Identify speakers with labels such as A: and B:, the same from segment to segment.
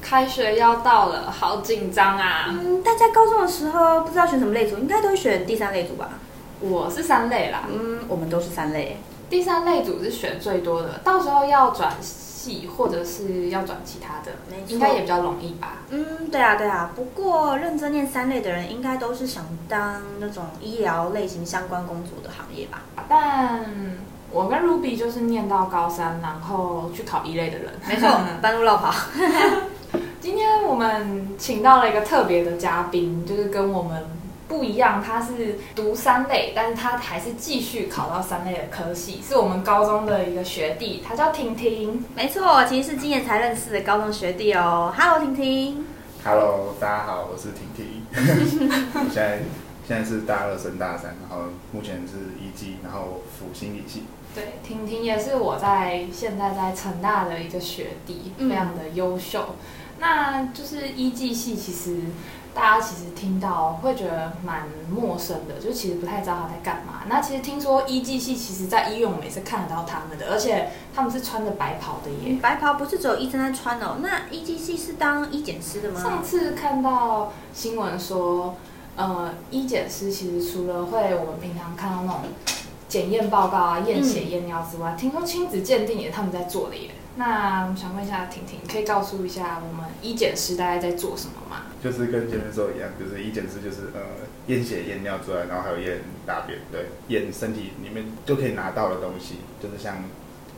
A: 开学要到了，好紧张啊！
B: 嗯，大家高中的时候不知道选什么类组，应该都会选第三类组吧？
A: 我是三类啦，
B: 嗯，我们都是三类。
A: 第三类组是选最多的，到时候要转系或者是要转其他的
B: 没，错
A: 应该也比较容易吧？
B: 嗯，对啊，对啊。不过认真念三类的人，应该都是想当那种医疗类型相关工作的行业吧？
A: 但我跟 Ruby 就是念到高三，然后去考一类的人。
B: 没错，半路绕跑。
A: 今天我们请到了一个特别的嘉宾，就是跟我们不一样，他是读三类，但是他还是继续考到三类的科系，是我们高中的一个学弟，他叫婷婷。
B: 没错，其实是今年才认识的高中学弟哦。Hello，婷婷。
C: Hello，大家好，我是婷婷。 我现在现在是大二升大三，然后目前是一技，然后辅心理系。
A: 对，婷婷也是我在现在在成大的一个学弟，
B: 嗯
A: 非常的优秀。那就是医技系，其实大家其实听到会觉得蛮陌生的，就其实不太知道他在干嘛。那其实听说医技系，其实在医院我们也是看得到他们的，而且他们是穿着白袍的耶。
B: 白袍不是只有医生在穿哦，那医技系是当医检师的吗
A: 上？次看到新闻说，呃，医检师其实除了会我们平常看到那种检验报告啊、验血、验尿之外，听说亲子鉴定也他们在做的耶。那我想问一下婷婷，可以告诉一下我们医检师大概在做什么吗？
C: 就是跟前面说的一样，就是一检师就是呃验血、验尿之外，然后还有验大便，对，验身体里面就可以拿到的东西，就是像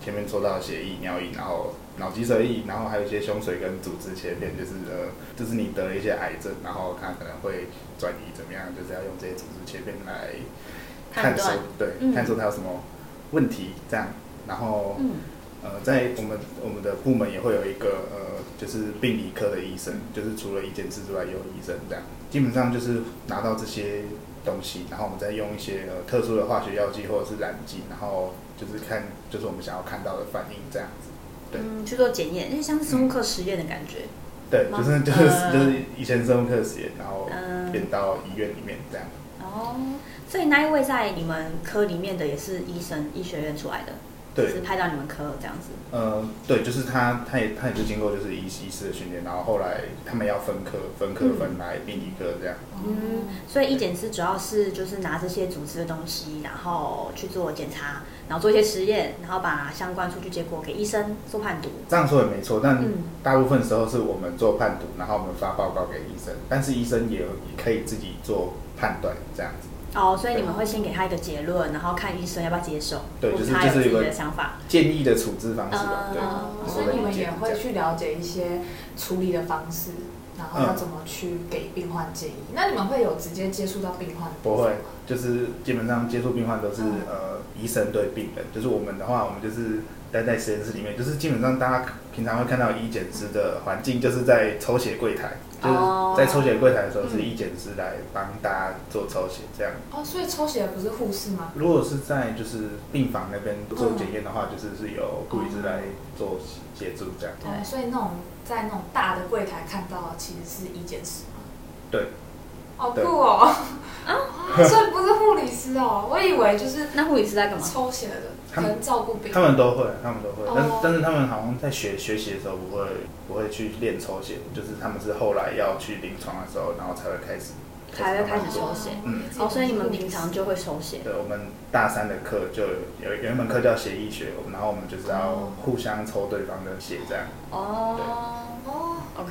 C: 前面说到血液、尿液，然后脑脊髓液，然后还有一些胸髓跟组织切片，就是呃就是你得了一些癌症，然后看可能会转移怎么样，就是要用这些组织切片来
B: 判
C: 探索
B: 断。嗯
C: 对，探索它有什么问题这样，然后。
B: 嗯，
C: 呃，在我们我们的部门也会有一个呃，就是病理科的医生，就是除了医检师之外，也有医生这样。基本上就是拿到这些东西，然后我们再用一些呃特殊的化学药剂或者是染剂，然后就是看就是我们想要看到的反应这样子。对
B: 嗯，去做检验，因为像是生物课实验的感觉。
C: 对，
B: 吗
C: 就是就是、
B: 呃
C: 就是以前生物课实验，然后
B: 嗯，
C: 变到医院里面这样。
B: 哦，所以那一位在你们科里面的也是医生，医学院出来的，
C: 对
B: 只是派到你们科这样子。
C: 呃，对，就是他，他也他也是经过就是医医师的训练，然后后来他们要分科分科
B: 嗯
C: 分来病理科这样。
B: 嗯，所以医检师主要是就是拿这些组织的东西，然后去做检查，然后做一些实验，然后把相关数据结果给医生做判读。
C: 这样说也没错，但
B: 嗯
C: 大部分时候是我们做判读，然后我们发报告给医生，但是医生也有也可以自己做判断，这样子。
B: 哦，所以你们会先给他一个结论，然后看医生要不要接受，
C: 对
B: 或者
C: 就是
B: 他有
C: 就是
B: 自己
C: 有
B: 的
C: 个
B: 想法。
C: 建议的处置方式吧，
B: 嗯
C: 对。
A: 哦
B: 嗯
A: 所以你们也会去了解一些处理的方式，然后要
C: 嗯
A: 怎么去给病患建议。那你们会有直接接触到病患的部
C: 不
A: 分
C: 会
A: 吗？，
C: 就是基本上接触病患都是、
A: 嗯
C: 呃医生对病人，就是我们的话，我们就是待在实验室里面，就是基本上大家平常会看到医检师的环境，就是在抽血柜台，就是
B: 哦
C: 在抽血柜台的时候是
B: 嗯
C: 医检师来帮大家做抽血这样。
A: 哦，所以抽血不是护士吗？
C: 如果是在就是病房那边做检验的话，就是是由顾医师来做协助这样。
B: 对
A: 哦，所以那种在那种大的柜台看到的其实是医检师吗？
C: 对。
A: 好酷
C: 对
A: 哦！啊， 所以不是护理师哦，我以为就是
B: 那护理师在干嘛？
A: 抽血的，可
C: 他们
A: 能照顾病人。
C: 他们都会，他们都会，但、
A: 哦
C: 但是他们好像在学学习的时候不会不会去练抽血，就是他们是后来要去临床的时候，然后才会开始
B: 才会开始
C: 慢慢
B: 抽
C: 做。
B: 血
C: 嗯
B: 哦，所以你们平常就会抽血。
C: 对，我们大三的课就有有一门课叫血液学，然后我们就是要
A: 哦
C: 互相抽对方的血这样。
B: 哦
A: 哦，
B: ，OK，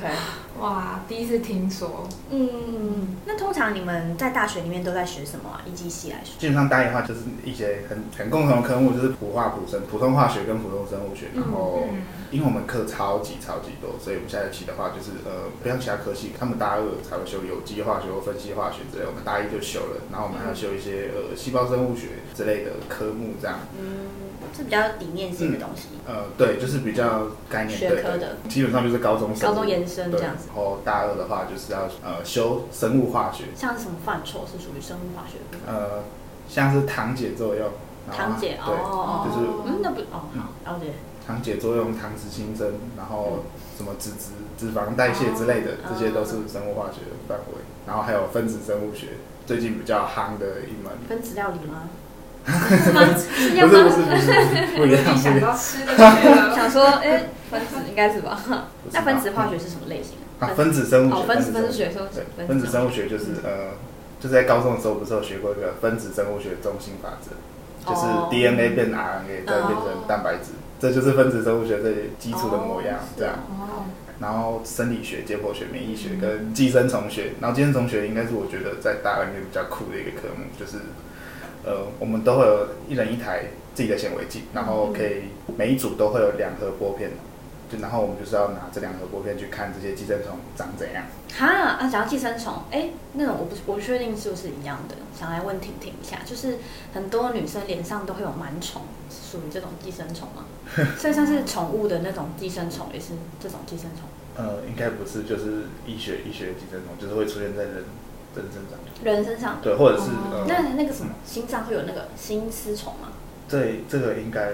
A: 哇，第一次听说。
B: 嗯，那通常你们在大学里面都在学什么啊？一技系来说，
C: 基本上大一的话就是一些很很共同的科目，就是普化、普生、普通化学跟普通生物学，然后。
A: 嗯，
C: 因为我们课超级超级多，所以我们下学期的话就是呃，不像其他科系，他们大二才会修有机化学或分析化学之类，我们大一就修了，然后我们还要修一些呃细胞生物学之类的科目这样。
B: 嗯，是比较理念性的东西，
C: 呃，对，就是比较概念
B: 学
C: 对
B: 科的
C: 基本上就是高中生物
B: 高中延伸
C: 对
B: 这样子
C: 然后大二的话就是要呃修生物化学，
B: 像是什么范畴是属于生物化学部分？
C: 呃，像是糖解作用，然后
B: 堂姐
C: 对，
B: 哦，
C: 就是
B: 嗯，那不哦，好了解，
C: 糖解作用、糖脂新增，然后什么脂质、脂肪代谢之类的，
B: 哦
C: 这些都是生物化学的范围。然后还有分子生物学，最近比较夯的一门。
B: 分子料理 吗？是吗？是这样
C: 不是不
B: 吗？
C: 是不是，不一样
A: 你
C: 不一
A: 想
C: 样。
A: 到吃的就去 了。
B: 想说，哎，分子应该是吧？
C: 不 是
B: 那分子化学是什么类型
C: 啊，分子生物学，
B: 哦，分子分
C: 分
B: 子学说
C: 对，
B: 分
C: 分子
B: 物
C: 生物学就是呃，就是在高中的时候不是有学过一个分子生物学中心法则，就是
B: 哦
C: DNA 变 RNA 再变
A: 哦
C: 成蛋白质，这就是分子生物学最基础的模样
B: 哦，
C: 这样。
A: 哦，
C: 然后生理学、解剖学、免疫学跟寄生虫学。然后寄生虫学应该是我觉得在大二里面比较酷的一个科目，就是呃，我们都会有一人一台自己的显微镜，然后可以每一组都会有两盒玻片，就然后我们就是要拿这两盒玻片去看这些寄生虫长怎样。
B: 哈啊，讲到寄生虫，哎，那种我不我不确定是不是一样的，想来问婷婷一下，就是很多女生脸上都会有螨虫，是属于这种寄生虫 吗？所以像是宠物的那种寄生虫也是这种寄生虫，
C: 呃，应该不是，就是医学医学寄生虫，就是会出现在人人身上，
B: 人身上的。
C: 对，或者是、
A: 哦
C: 呃，
B: 那那个什么心脏会有那个心丝虫吗？
C: 这这个应该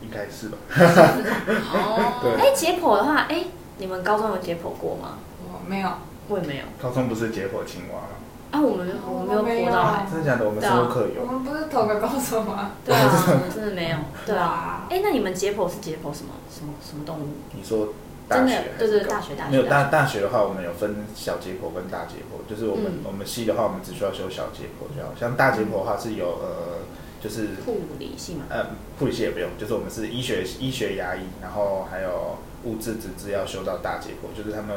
C: 应该是吧？
B: 哦，哎，解剖的话，哎，你们高中有解剖过吗？
A: 我没有，
B: 我也没有
C: 高中不是解剖青蛙吗？
B: 啊，我们我们没有剖到
A: 我没有
B: 哎
C: 真的假的？我们
B: 对啊
C: 生物课有
A: 我。们不是同个高手吗？
B: 对 啊，真的没有。对啊，
A: 哇，
B: 哎，那你们解剖是解剖什么什么什么动物？
C: 你说大
B: 真
C: 学
B: 的
C: 还是
B: 对对，
C: 高
B: 大学大
C: 没
B: 学
C: 有大大学的话，我们有分小解剖跟大解剖，就是我们、
B: 嗯
C: 我们系的话，我们只需要修小解剖就好。像大解剖的话是有呃，就是
B: 护理系嘛。
C: 呃护理系也不用，就是我们是医学医学牙医，然后还有物质资质要修到大解剖，就是他们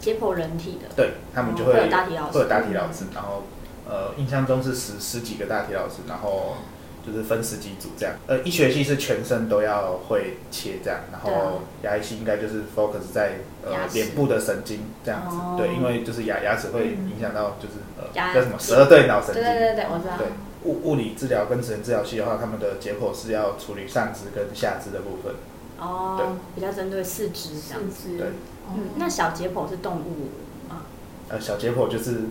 B: 解剖人体的，
C: 对他们就
B: 会
C: 会
B: 有大体老师
C: 会有大体老师，然后呃印象中是十十几个大体老师，然后。就是分十几组这样，呃，医学系是全身都要会切这样，然
B: 对啊
C: 后牙医系应该就是 focus 在
B: 牙
C: 呃
B: 齿
C: 脸部的神经这样子
B: 哦，嗯
C: 对，因为就是牙牙齿会影响到就是呃
B: 牙
C: 叫什么十二对脑神
B: 对
C: 经，
B: 对对对，我知道。
C: 对物物理治疗跟神经治疗系的话，他们的解剖是要处理上肢跟下肢的部分，
B: 哦，比较针对四肢这样。
A: 是
C: 对，
A: 哦
B: 嗯，那小解剖是动物吗？
C: 呃，小解剖就是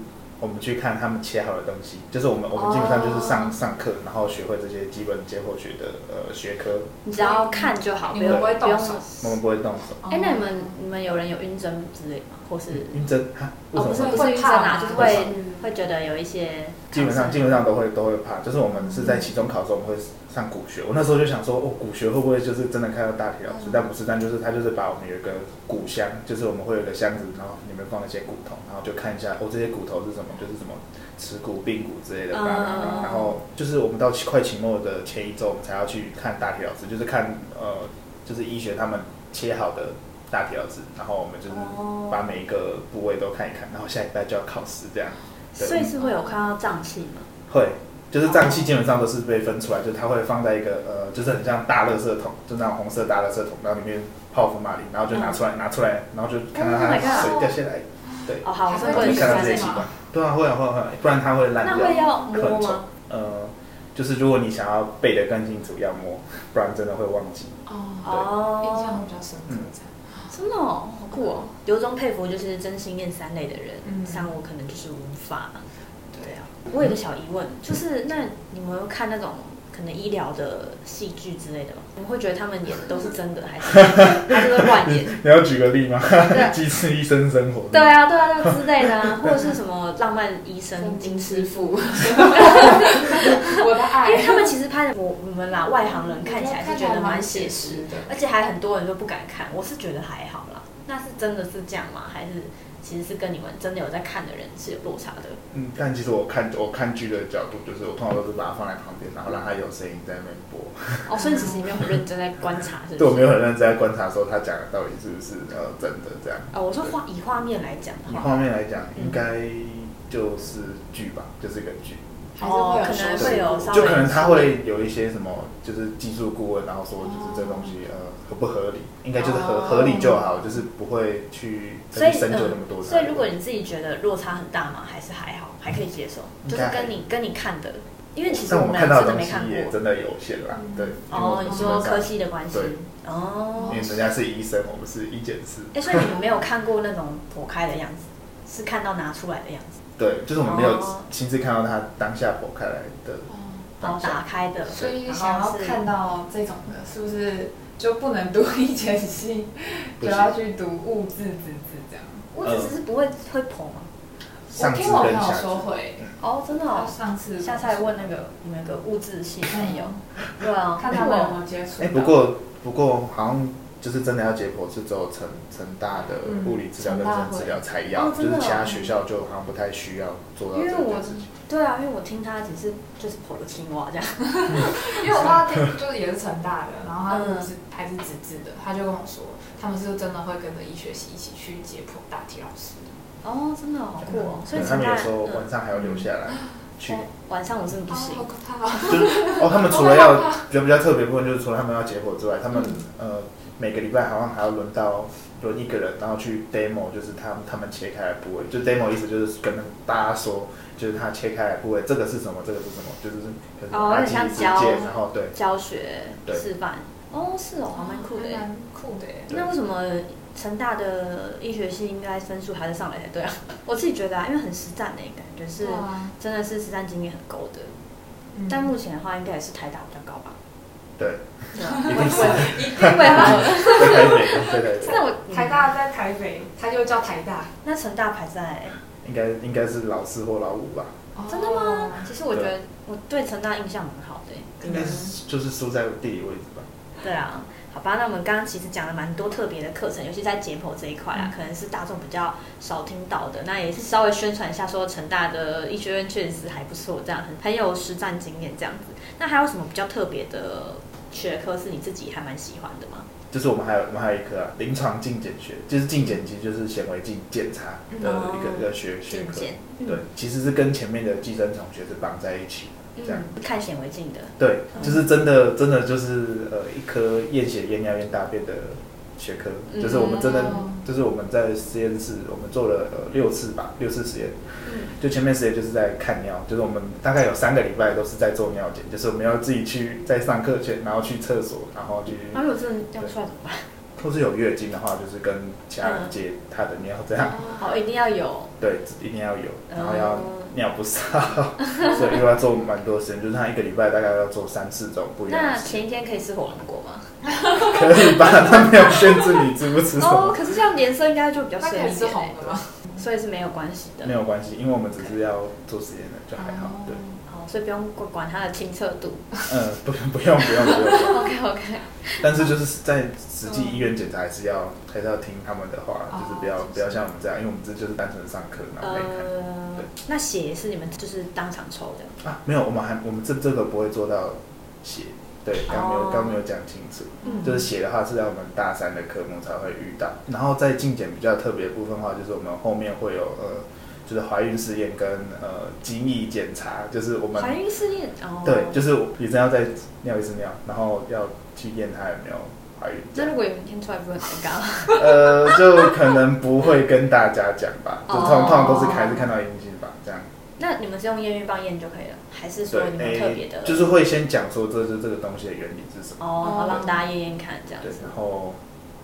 C: 我们去看他们切好的东西，就是我们
B: 哦
C: 我们基本上就是上、上课，然后学会这些基本解剖学的呃学科，
B: 你只要看就好，
A: 你
B: 不
A: 们
B: 用
A: 不会
B: 不
A: 动
B: 用。
A: 手哦
C: 我们不会动手。
B: 哎，那你们你们有人有晕针之类吗？或是
C: 晕针哈？为
B: 哦，
C: 什
B: 不是
C: 么？
B: 不是晕针啊，就是
C: 会
B: 会会觉得有一些
C: 基本上
B: 抗
C: 基
B: 生
C: 本上都会都会怕，就是我们是
B: 嗯
C: 在期中考的时候我们会上骨学，我那时候就想说，哦，骨学会不会就是真的开到大体老
B: 嗯
C: 师？但不是，但就是他就是把我们有一个骨箱，就是我们会有一个箱子，然后里面放一些骨头，然后就看一下，哦，这些骨头是什么，就是什么耻骨、髌骨之类的，
B: 嗯
C: 把它拿来然后就是我们到期快期末的前一周，我们才要去看大体老师，就是看呃，就是医学他们切好的大体老师，然后我们就是
B: 哦
C: 把每一个部位都看一看，然后下礼拜就要考试这样。对嗯
B: 所以是会有看到胀气吗？
C: 会，就是脏器基本上都是被分出来，就是它会放在一个呃，就是很像大垃圾桶，就那种红色大垃圾桶，然后里面泡福马林，然后就拿出来、
B: 嗯
C: 拿出来，然后就看到
B: Oh
C: 它
B: my
C: 水
B: god
C: 掉下来，对，
B: 哦，好，我
A: 还
B: 会
C: 然后
A: 会
B: 问一
C: 就看到这些
B: 下。
C: 器官，对啊，会啊会啊会啊，不然它会烂
B: 那
C: 掉
B: 会。要摸
C: 很丑
B: 吗？
C: 呃，就是如果你想要背得更清楚，要摸，不然真的会忘记。
A: 哦，印象
B: 哦，
A: 比较深刻这样。
B: 真的哦，好酷哦！由衷佩服，就是真心念三类的人，
A: 嗯
B: 像我可能就是无法。对啊，嗯我有个小疑问，就是那你们有看那种可能医疗的戏剧之类的吗？你们会觉得他们演的都是真的，还 是还是会乱演？
C: 你要举个例吗？
B: 对
C: 鸡翅医生生活。
B: 对啊，对啊，对啊之类的 啊，或者是什么浪漫医生金师傅，
A: 我的爱，
B: 因为他们其实拍的我我们啦外行人看起来是觉得蛮写实，
A: 的。
B: 而且还很多人都不敢看，我是觉得还好啦。那是真的是这样吗？还是其实是跟你们真的有在看的人是有落差的？
C: 嗯，但其实我看我看剧的角度，就是我通常都是把它放在旁边，然后让它有声音在那边 播。
B: 哦，所以其实你没有很认真在观察，是不是？
C: 对我没有很认真在观察说他讲的到底是不是呃真的这样。
B: 啊、我说画以画面来讲
C: 以
B: 的
C: 画
B: 话，
C: 面来讲，应该就是剧吧，就是个剧，
A: 还是哦会有
B: 可能
A: 修
B: 会有稍
A: 饰
B: 微
C: 就可能他会有一些什么，就是技术顾问，然后说就是这东西呃合不合理，应该就是合
A: 哦
C: 合理就好，就是不会去
B: 所以
C: 再去深究那么多。
B: 嗯。所以如果你自己觉得落差很大嘛，还是还好，还可以接受，
C: 应
B: 就
C: 该
B: 是跟你跟你看的因为其实
C: 但
B: 我
C: 我们
B: 们
C: 看
B: 真
C: 到的
B: 的
C: 东
B: 没
C: 西
B: 看
C: 也
B: 过。
C: 真的有限啦，对。
B: 哦，你说科
C: 系，
B: 系的关系
C: 对，
B: 哦
C: 因为，人家是医生，我们是医检师，
B: 哎，所以你们没有看过那种剖开的样子，是看到拿出来的样子，
C: 对，就是我们没有
B: 哦
C: 亲自看到他当下剖开来的
A: 哦
B: 然后
C: 当
B: 打
C: 下，
B: 开的，
A: 所以
B: 然
A: 想要
B: 后是
A: 看到这种的，是不是就不能读医检系，
C: 不
A: 就
C: 行
A: 要去读物质、子字这样？
B: 我
C: 嗯
B: 只是不会会啊剖嘛。
A: 我
C: 上肢
A: 听我朋
C: 跟
A: 友
C: 下
A: 说
C: 肢。
A: 会，
B: 哦，真的
A: 他
B: 哦。
A: 上次
B: 下次来问那个我们有个物质系朋友，对啊，
A: 看他们有没有接触到。
C: 哎，不过不过好像就是真的要解剖是只有成成大的
A: 嗯
C: 物理治疗跟
A: 成大
C: 人治疗才要，
B: 哦
C: 就
B: 真的哦
C: 是其他学校就好像不太需要做到
B: 因
C: 这
B: 为
C: 件
B: 我
C: 事情。
B: 对啊，因为我听他只是就是剖了青蛙这样，
A: 因为我爸听就是也是成大的，然后他不是还是纸质的，他就跟我说，他们是真的会跟着医学系一起去解剖大体老师。
B: 哦，真的好酷哦，所
C: 可
B: 以
C: 能
B: 成
C: 他们有
B: 大
C: 时候晚上还要留下来去
B: 哦晚上我真的不
A: 啊，
B: 行
A: 好，可怕啊！
C: 就是哦，他们除了要比较比较特别部分，就是除了他们要解剖之外，他们、
B: 嗯
C: 呃每个礼拜好像还要轮到轮一个人，然后去 demo，就是他他们切开的部位，就 demo 意思就是跟大家说，就是他切开的部位这个是什么，这个是什么，就是可
B: 哦
C: 能他
B: 很
C: 自
B: 像
C: 己指
B: 教
C: 尖，然后对，
B: 教学
C: 对
B: 示范，哦，是哦，还蛮酷的耶
A: 还。蛮酷的耶。
C: 对
B: 那为什么成大的医学系应该分数还是上来才对啊？ 我自己觉得啊，因为很实战的、感觉是
A: 对啊，
B: 真的是实战经验很够的。
A: 嗯
B: 但目前的话，应该也是台大比较高吧？
C: 对，
B: 对啊，
C: 一定是
B: 一定会啊。
C: 在台北，在台北，
B: 那我
A: 台
B: 台
A: 大在台北，他就叫台大。
B: 那成大排在
C: 应该应该是老四或老五吧，
B: 真的吗？其实我觉
C: 啊
B: 得我对成大印象蛮好的、
C: 应该是就是输在地理位置吧。
B: 对啊，好吧，那我们刚刚其实讲了蛮多特别的课程，尤其在解剖这一块啊，可能是大众比较少听到的。那也是稍微宣传一下，说成大的医学院确实还不错，这样很很有实战经验这样子。那还有什么比较特别的学科是你自己还蛮喜欢的吗？
C: 就是我们还有我们还有一科啊，临床镜检学，就是镜检其实就是显微镜检查的一个、
B: 哦
C: 一个学学
B: 镜
C: 科，
B: 检，
C: 对，其实是跟前面的寄生虫学是绑在一起的，这样、
B: 嗯，看显微镜的，
C: 对，
B: 嗯
C: 就是真的真的就是呃一颗验血、验尿、验大便的学科，
B: 嗯
C: 就是我们真的、
A: 哦
C: 就是我们在实验室我们做了呃六次吧，六次实验，
B: 嗯，
C: 就前面实验就是在看尿，就是我们大概有三个礼拜都是在做尿检，就是我们要自己去在上课前，然后去厕所，然后去。
B: 那啊如果真的要出来怎么办？
C: 或是有月经的话，就是跟其他人借他的尿这样，
B: 哦好，一定要有，
C: 对，一定要有，
B: 嗯
C: 然后要尿不少，所以又要做蛮多时间，就是他一个礼拜大概要做三四种不一样
B: 那
C: 的事，
B: 前一天可以吃火龙果吗？
C: 可以吧？他没有限制你吃不吃什
B: 哦，
C: 么，
B: 可是这样颜色应该就比较
A: 那
B: 深
A: 可以
B: 一
A: 吃
B: 点
A: 红的
B: 欸，
A: 吗？
B: 所以是没有关系的
C: 没。有关系，因为我们只是要做实验的，就还好，对，
B: 哦，所以不用管管它的清澈 度。
C: 嗯，不不用不用不用，
B: OK OK，
C: 但是就是在实际医院检查还是要还是要听他们的话，
A: 哦
C: 就是不要不要像我们这样，因为我们这就是单纯上课，然后没看。
B: 呃，那血是你们就是当场抽的，
C: 啊，没有，我们还我们这这个不会做到写，对，刚没有
B: 哦
C: 刚没有讲清楚，
B: 嗯
C: 就是写的话是在我们大三的科目才会遇到，然后在进检比较特别的部分的话，就是我们后面会有呃，就是怀孕试验跟呃精液检查，就是我们
B: 怀孕试验哦。
C: 对，就是女生要再尿一次尿，然后要去验她有没有怀孕这
B: 那
C: 样，
B: 如果有一天出来，不会很尴尬吗？
C: 呃，就可能不会跟大家讲吧， 就通通常都
B: 哦
C: 是还是看到阴性吧，这样。
B: 那你们是用验孕棒验就可以了，还是
C: 对哎
B: 说你，们有特别的？
C: 就是会先讲说这是这个东西的原理是什么。
B: 哦，然后让大家验验看这样
C: 对
B: 子，。
C: 然后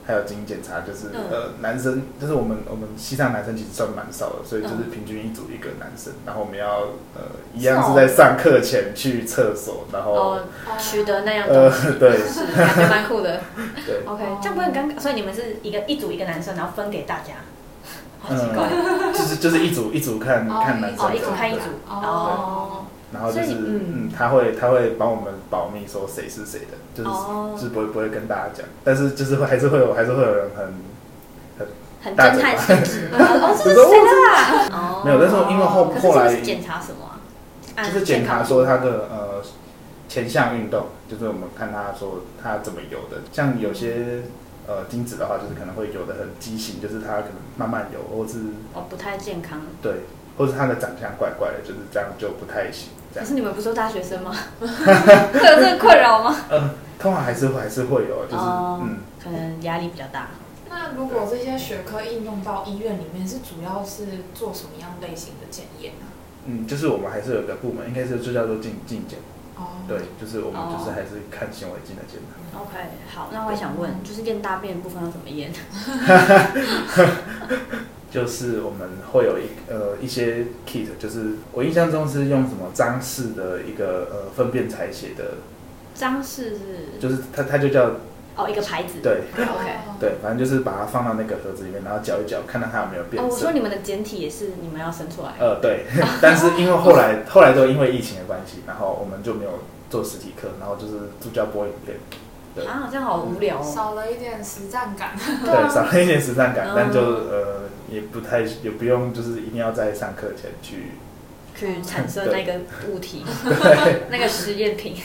C: 还有基因检查，就是、
B: 嗯
C: 呃，男生就是我们我们西藏男生其实算蛮少的，所以就是
B: 嗯
C: 平均一组一个男生，然后我们要呃一样是在上课前去厕所，然后、
B: 哦，取得那样
C: 呃
B: 东西，
C: 对
B: 是感觉蛮酷的。
C: 对，
B: OK，
A: 哦
B: 这样不会很尴尬。所以你们是一个一组一个男生，然后分给大家， 好奇怪。
C: 嗯，就是就是一组一组看、
A: 哦
C: 看男生
B: 哦，
C: 的，
B: 一组看一
C: 对啊
B: 组。
A: 哦
B: 哦，
C: 然后就
B: 所
C: 是
B: 以你
C: 嗯
B: 嗯
C: 他会他会帮我们保密说谁是谁的，就是、
B: 哦
C: 就是不会不会跟大家讲，但是就是会还是会有还是会有人很
B: 很
C: 大
B: 侦
C: 嘴巴
B: 探性 质。哦，这是
C: 就是
B: 谁的啊？哦，
C: 没有，但是因为后
B: 可是
C: 后
B: 这个
C: 来
B: 是检查什么啊？按
C: 就是检查说
B: 健康
C: 他的呃前项运动，就是我们看他说他怎么游的，像有些呃精子的话，就是可能会游的很畸形，就是他可能慢慢游，或是
B: 哦不太健康。
C: 对，或是他的长相怪怪的，就是这样就不太行。这
B: 可
C: 样
B: 是你们不是都大学 生吗？会有这个困扰吗？
C: 通常还是会还是会有， 就是、
B: 哦
C: 嗯，
B: 可能压力比较大。
A: 那如果这些学科应用到医院里面，是主要是做什么样类型的检验啊？
C: 嗯，就是我们还是有个部门，应该是就叫做进进检，
A: 哦，
C: 对，就是我们
B: 哦
C: 就是还是看行为进的检查。
B: OK，好，那我也想问，就是验大便的部分要怎么 验？
C: 就是我们会有一呃一些 kit，就是我印象中是用什么张氏的一个呃粪便采血的，
B: 张氏是
C: 就是它它就叫
B: 哦一个牌子，
C: 对
B: ，OK。
C: 对，反正就是把它放到那个盒子里面，然后搅一搅，看到它有没有变
B: 哦，我
C: 色。
B: 说你们的简体也是你们要生出来，
C: 呃，对， 但是因为后来后来都因为疫情的关系，然后我们就没有做实体课，然后就是助教播影片，对
B: 啊，这样好无聊哦。
A: 少了一点实战感。
B: 对 啊
C: 少了一点实战感，
B: 嗯
C: 但就呃也不太也不用就是一定要在上课前去
B: 去产生那
C: 对
B: 个物 体， 那个实验品。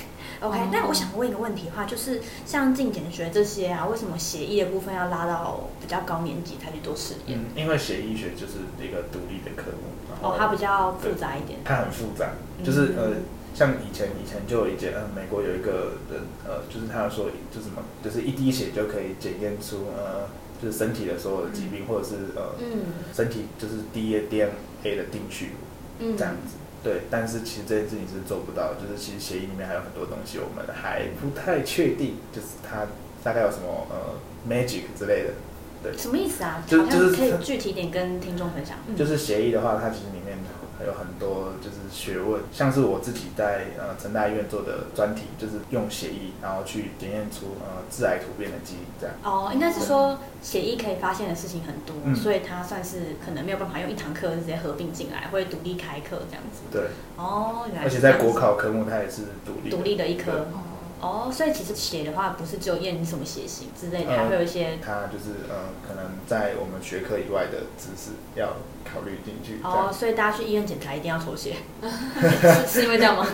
B: OK，、
A: 哦
B: 那我想问一个问题的话，就是像进检学这些啊，为什么协议的部分要拉到比较高年级才去做实验？
C: 嗯，因为血医学就是一个独立的科目，然
B: 哦，
C: 后
B: 它比较复杂一点。
C: 它很复杂，
B: 嗯
C: 就是呃，像以前以前就有一件，呃，美国有一个人，呃，就是他说就是什么，就是一滴血就可以检验出呃，就是身体的所有的疾病，或者是呃，
B: 嗯
C: 身体就是 D A D N A 的定序
B: 嗯
C: 这样子。对，但是其实这件事情是做不到的，就是其实协议里面还有很多东西我们还不太确定，就是它大概有什么呃 magic 之类的，
B: 什么意思啊？
C: 就
B: 好像
C: 就是
B: 可以具体一点跟听众分享。嗯
C: 就是协议的话，它其实里面有很多就是学问，像是我自己在呃成大医院做的专题，就是用协议然后去检验出呃致癌突变的基因这样。
B: 哦，应该是说协议可以发现的事情很多，
C: 嗯
B: 所以它算是可能没有办法用一堂课直接合并进来，会独立开课这样子。
C: 对，
B: 哦，原来
C: 而且
B: 是这
C: 在
B: 样子
C: 国考科目它也是独立
B: 独立的一科。
A: 哦，
B: 哦，所以其实写的话，不是只有验你什么血型之类的，
C: 嗯
B: 还会有一些
C: 它就是呃可能在我们学科以外的知识要考虑进去这
B: 哦，
C: 样。
B: 所以大家去医院检查一定要抽 血，是是因为这样吗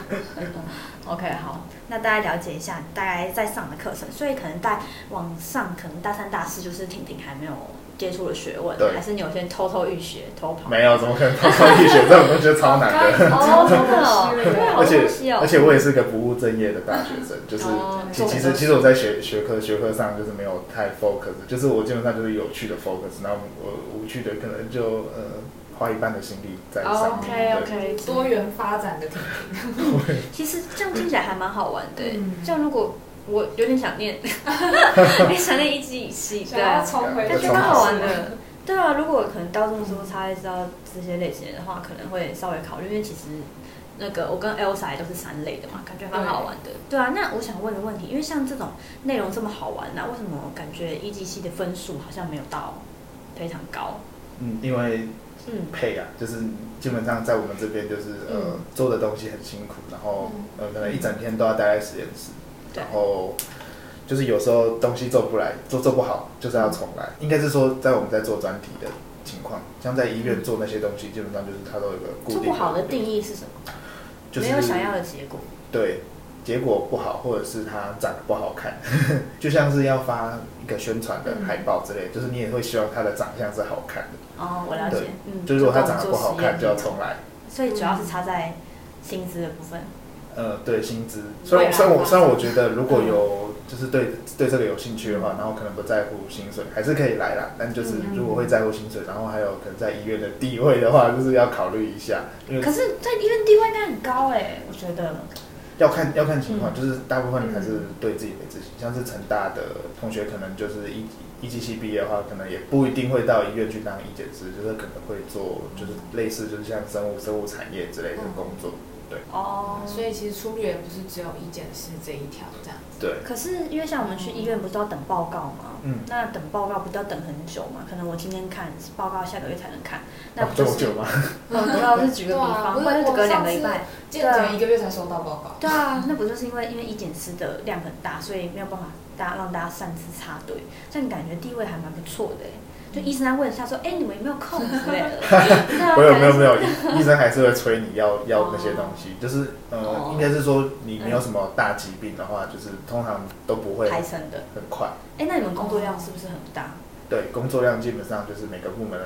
B: ？OK，好，那大家了解一下大概在上的课程，所以可能在往上，可能大三、大四就是婷婷还没有接触的学问，
C: 对
B: 还是你有些偷偷预学、偷跑？
C: 没有，怎么可能偷偷力学这种东西超 难的？
B: 哦，真 的哦，对，好
C: 而且
B: 东西哦，
C: 而且我也是个不务正业的大学 生，就是
B: 哦
C: 其其实其实我在学学科学科上就是没有太 focus，就是我基本上就是有趣的 focus，然后我无趣的可能就呃花一半的心力在上面。
B: OK
C: 对
B: OK，
A: 多元发展的可能。
B: 其实这样听起来还蛮好玩的、欸
A: 嗯
B: 这样如果我有点想 念， 也想念一直以系，
A: 想
B: 对
A: 要
B: 啊，
A: 重回
B: 感觉
C: 重
B: 蛮
C: 考
B: 好玩的。对啊，如果可能到这么多才知道这些类型的话，可能会稍微考虑，因为其实那个我跟 Elsa 也都是三类的嘛，感觉蛮好玩的。对啊，那我想问个问题，因为像这种内容这么好玩那、为什么我感觉一级系的分数好像没有到非常高？
C: 嗯，因为
B: 嗯，
C: 配啊，就是基本上在我们这边就是呃、
B: 嗯
C: 做的东西很辛苦，然后
A: 嗯
C: 呃可能一整天都要待在实验室，
B: 对
C: 然后就是有时候东西做不来，做做不好就是要重来。
B: 嗯
C: 应该是说在我们在做专题的情况，像在医院做那些东西，基本上就是它都有个固
B: 做
C: 定
B: 不好的定
C: 义，
B: 义是什么？
C: 就是
B: 没有想要的结果。
C: 对。结果不好，或者是它长得不好看， 就像是要发一个宣传的
B: 嗯
C: 海报之类，就是你也会希望它的长相是好看的。
B: 哦，我了解
C: 对。
B: 嗯，
C: 就如果它
B: 跟我
C: 长
B: 们做
C: 得不好
B: 实验
C: 看，就要
B: 一样
C: 重来。
B: 所以主要是差在薪资的部分。
C: 呃，对薪资，虽
B: 啊
A: 未来
C: 然虽然我
A: 发展
C: 虽然我觉得如果有就是对对这个有兴趣的
B: 嗯
C: 话，然后可能不在乎薪水，还是可以来啦。但就是
A: 嗯
C: 如果会在乎薪水，然后还有可能在医院的地位的话， 就是要考虑一下，因为
B: 可是，在 E 医院地位应该很高哎、我觉得。
C: 要看要看情况，
B: 嗯
C: 就是大部分还是对自己给自己。像是成大的同学，可能就是一一级系毕业的话，可能也不一定会到医院去当医检师，就是可能会做就是
B: 嗯
C: 类似就是像生物生物产业之类的工作。
B: 哦
A: 所以其实出路也不是只有一件事这一条这样。
C: 对，
B: 可是因为像我们去医院不是都要等报告吗？
C: 嗯
B: 那等报告不是要等很久吗？可能我今天看报告，下个月才能看，那
C: 哦
B: 不
C: 这
B: 就
C: 么
B: 是
C: 久吗？
B: 我不知道是举个比
A: 对啊
B: 方，
A: 不
B: 或
A: 是
B: 者是
A: 我
B: 隔
A: 们
B: 两
A: 上
B: 个
A: 次啊
B: 礼拜。
A: 健检一个月才收到报告。
B: 对啊，那不就是因为因为医检师的量很大，所以没有办法大家让大家擅自插队，这样感觉地位还蛮不错的欸
A: 嗯
B: 就医生在问一下说，哎、你们有没有空之类的？ 对啊
C: 没有没有
B: 感觉
C: 没有，医医生还是会催你要要那些东西，就是
B: 哦
C: 呃，应该是说你没有什么大疾病的话，就是通常都不会
B: 排
C: 很
B: 成的。
C: 快。
B: 哎、那你们工作量是不是很大？
C: 对，工作量基本上就是每个部门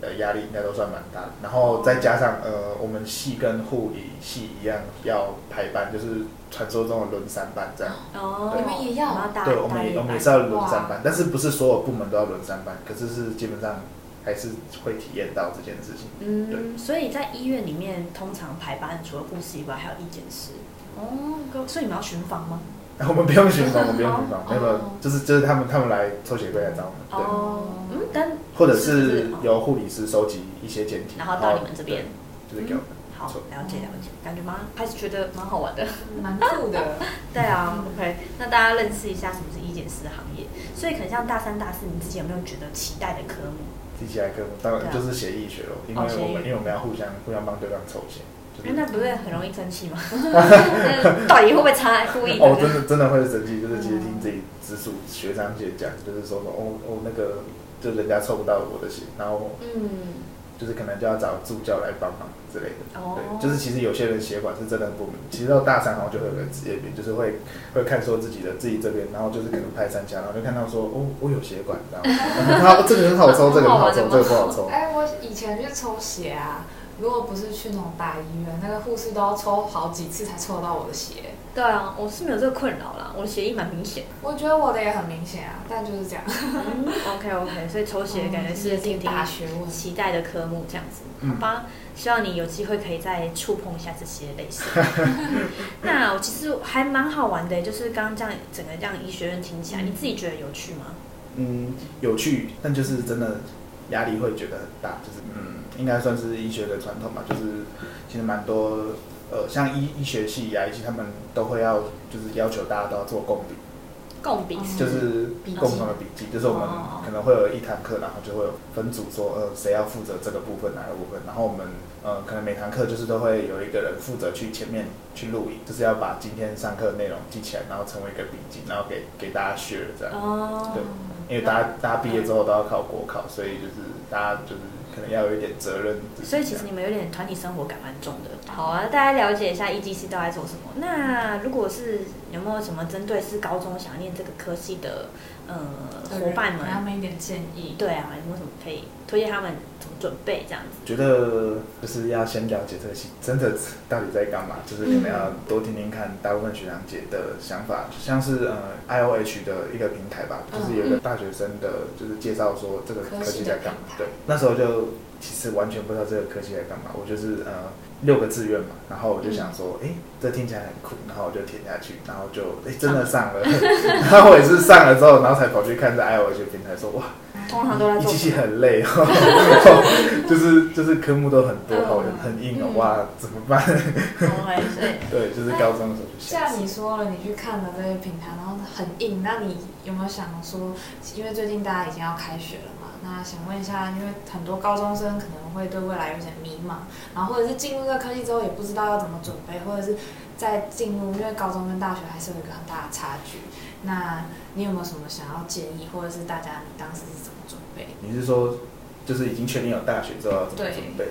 C: 的压力应该都算蛮大的，然后再加上呃，我们系跟护理系一样要排班，就是传说中的轮三班这样。
B: 哦
A: 你们也要
B: 然后大
C: 对，我们也我们也是要轮三班，但是不是所有部门都要轮三班，可是是基本上还是会体验到这件事情。
B: 嗯，所以在医院里面通常排班除了护士以外，还有医检师。哦，各所以你们要巡房吗？
C: 我们不用巡 房，我们不用巡房
B: 哦，
C: 没有没有
B: 哦，
C: 就是就是他们他们来抽血柜来找我们，对，
B: 哦，嗯，但
C: 或者
B: 是哦不
C: 是
B: 是
C: 由护理师收集一些检体，
B: 然后到你们这边，嗯
C: 对就是给我们。
B: 好
C: 没错
B: 了解了解，感觉蛮还是觉得蛮好 玩的。
A: 蛮酷 的。
B: 对啊，OK，那大家认识一下什么是医检师行业。所以可能像大三、大四，你自己有没有觉得期待的科目？
C: 第七科目当
B: 对
C: 然
B: 啊
C: 就是协议学了，因
B: 哦协
C: 为
B: 议
C: 我们因为我们要互相互相帮对方抽血，就
B: 哎
C: 是
B: 那不是很容易生气 吗？那到底会不会差故意的？
C: 哦，真的真的会生气，就是其实听自己直属学长姐讲，就是说说哦哦那个就人家抽不到我的血，然后
B: 嗯，
C: 就是可能就要找助教来帮忙之类的。
B: 哦
C: 对，就是其实有些人血管是真的不明，其实到大三好像就会有个职业病，就是会 会看说自己的自己这边，然后就是可能拍三下，然后就看到说哦我有血管，然后然后这个很好抽，这个很好抽，这个不 好抽。
A: 哎，我以前去抽血啊，如果不是去那种大医院，那个护士都要抽好几次才抽得到我的血。
B: 对啊，我是没有这个困扰啦，我的协议蛮明显。
A: 我觉得我的也很明显啊，但就是这样。嗯
B: OK OK，所以抽血感觉是婷婷
A: 大学问。
B: 期待的科目这样子，
C: 嗯
B: 好吧？希望你有机会可以再触碰一下这些类型。那我其实还蛮好玩的，就是刚刚这样整个这样医学院听起来，你自己觉得有趣吗？
C: 嗯，有趣，但就是真的压力会觉得很大，就是嗯，应该算是医学的传统吧，就是其实蛮多呃，像医医学系、啊牙医系，他们都会要就是要求大家都要做共笔，
B: 共笔
A: 嗯
C: 就是共同的笔记，就是我们
B: 哦
C: 可能会有一堂课，然后就会有分组说呃谁要负责这个部分哪个部分，然后我们呃可能每堂课就是都会有一个人负责去前面去录影，就是要把今天上课的内容呃记起来，然后成为一个笔记，然后给给大家 share 这样。
B: 哦
C: 对
A: 嗯
C: 因为大家大家毕业之后都要考国考，所以就是大家就是可能要有一点责任。
B: 所以其实你们有点团体生活感蛮重的。好啊，大家了解一下 EDC 到底在做什么。那如果是有没有什么针对是高中想念这个科系的呃伙伴
A: 给他
B: 们？
A: 们一点建议。
B: 对啊，有没有什么可以推荐他们怎么准备这样子？
C: 觉得就是要先了解这个系真的到底在干嘛，就是可能要多听听看大部分学长姐的想法，就像是呃 I O H 的一个平台吧，就是有一个大学生的，就是介绍说这个嗯科技在干嘛。对，那时候就其实完全不知道这个科技在干嘛，我就是呃六个志愿嘛，然后我就想说，诶，这听起来很酷，然后我就填下去，然后就诶真的上了， 然后我也是上了之后，然后才跑去看这 I O H 平台说哇。
B: 通常都在
C: 一
B: 做
C: 机
B: 什
C: 器
B: 么？
C: 很累哦，就是就是科目都很多，好
A: 嗯
C: 很硬哦
A: 嗯，
C: 哇，怎么办？
B: OK，所以
C: 对，哦就是高中的时候就想
A: 哎像你说了，你去看了这些平台，然后很硬，那你有没有想说，因为最近大家已经要开学了嘛，那想问一下，因为很多高中生可能会对未来有点迷茫，然后或者是进入这个科技之后也不知道要怎么准备，或者是在进入，因为高中跟大学还是有一个很大的差距。那你有没有什么想要建议，或者是大家你当时是怎么准备？
C: 你是说，就是已经确定有大学之后要怎么准备？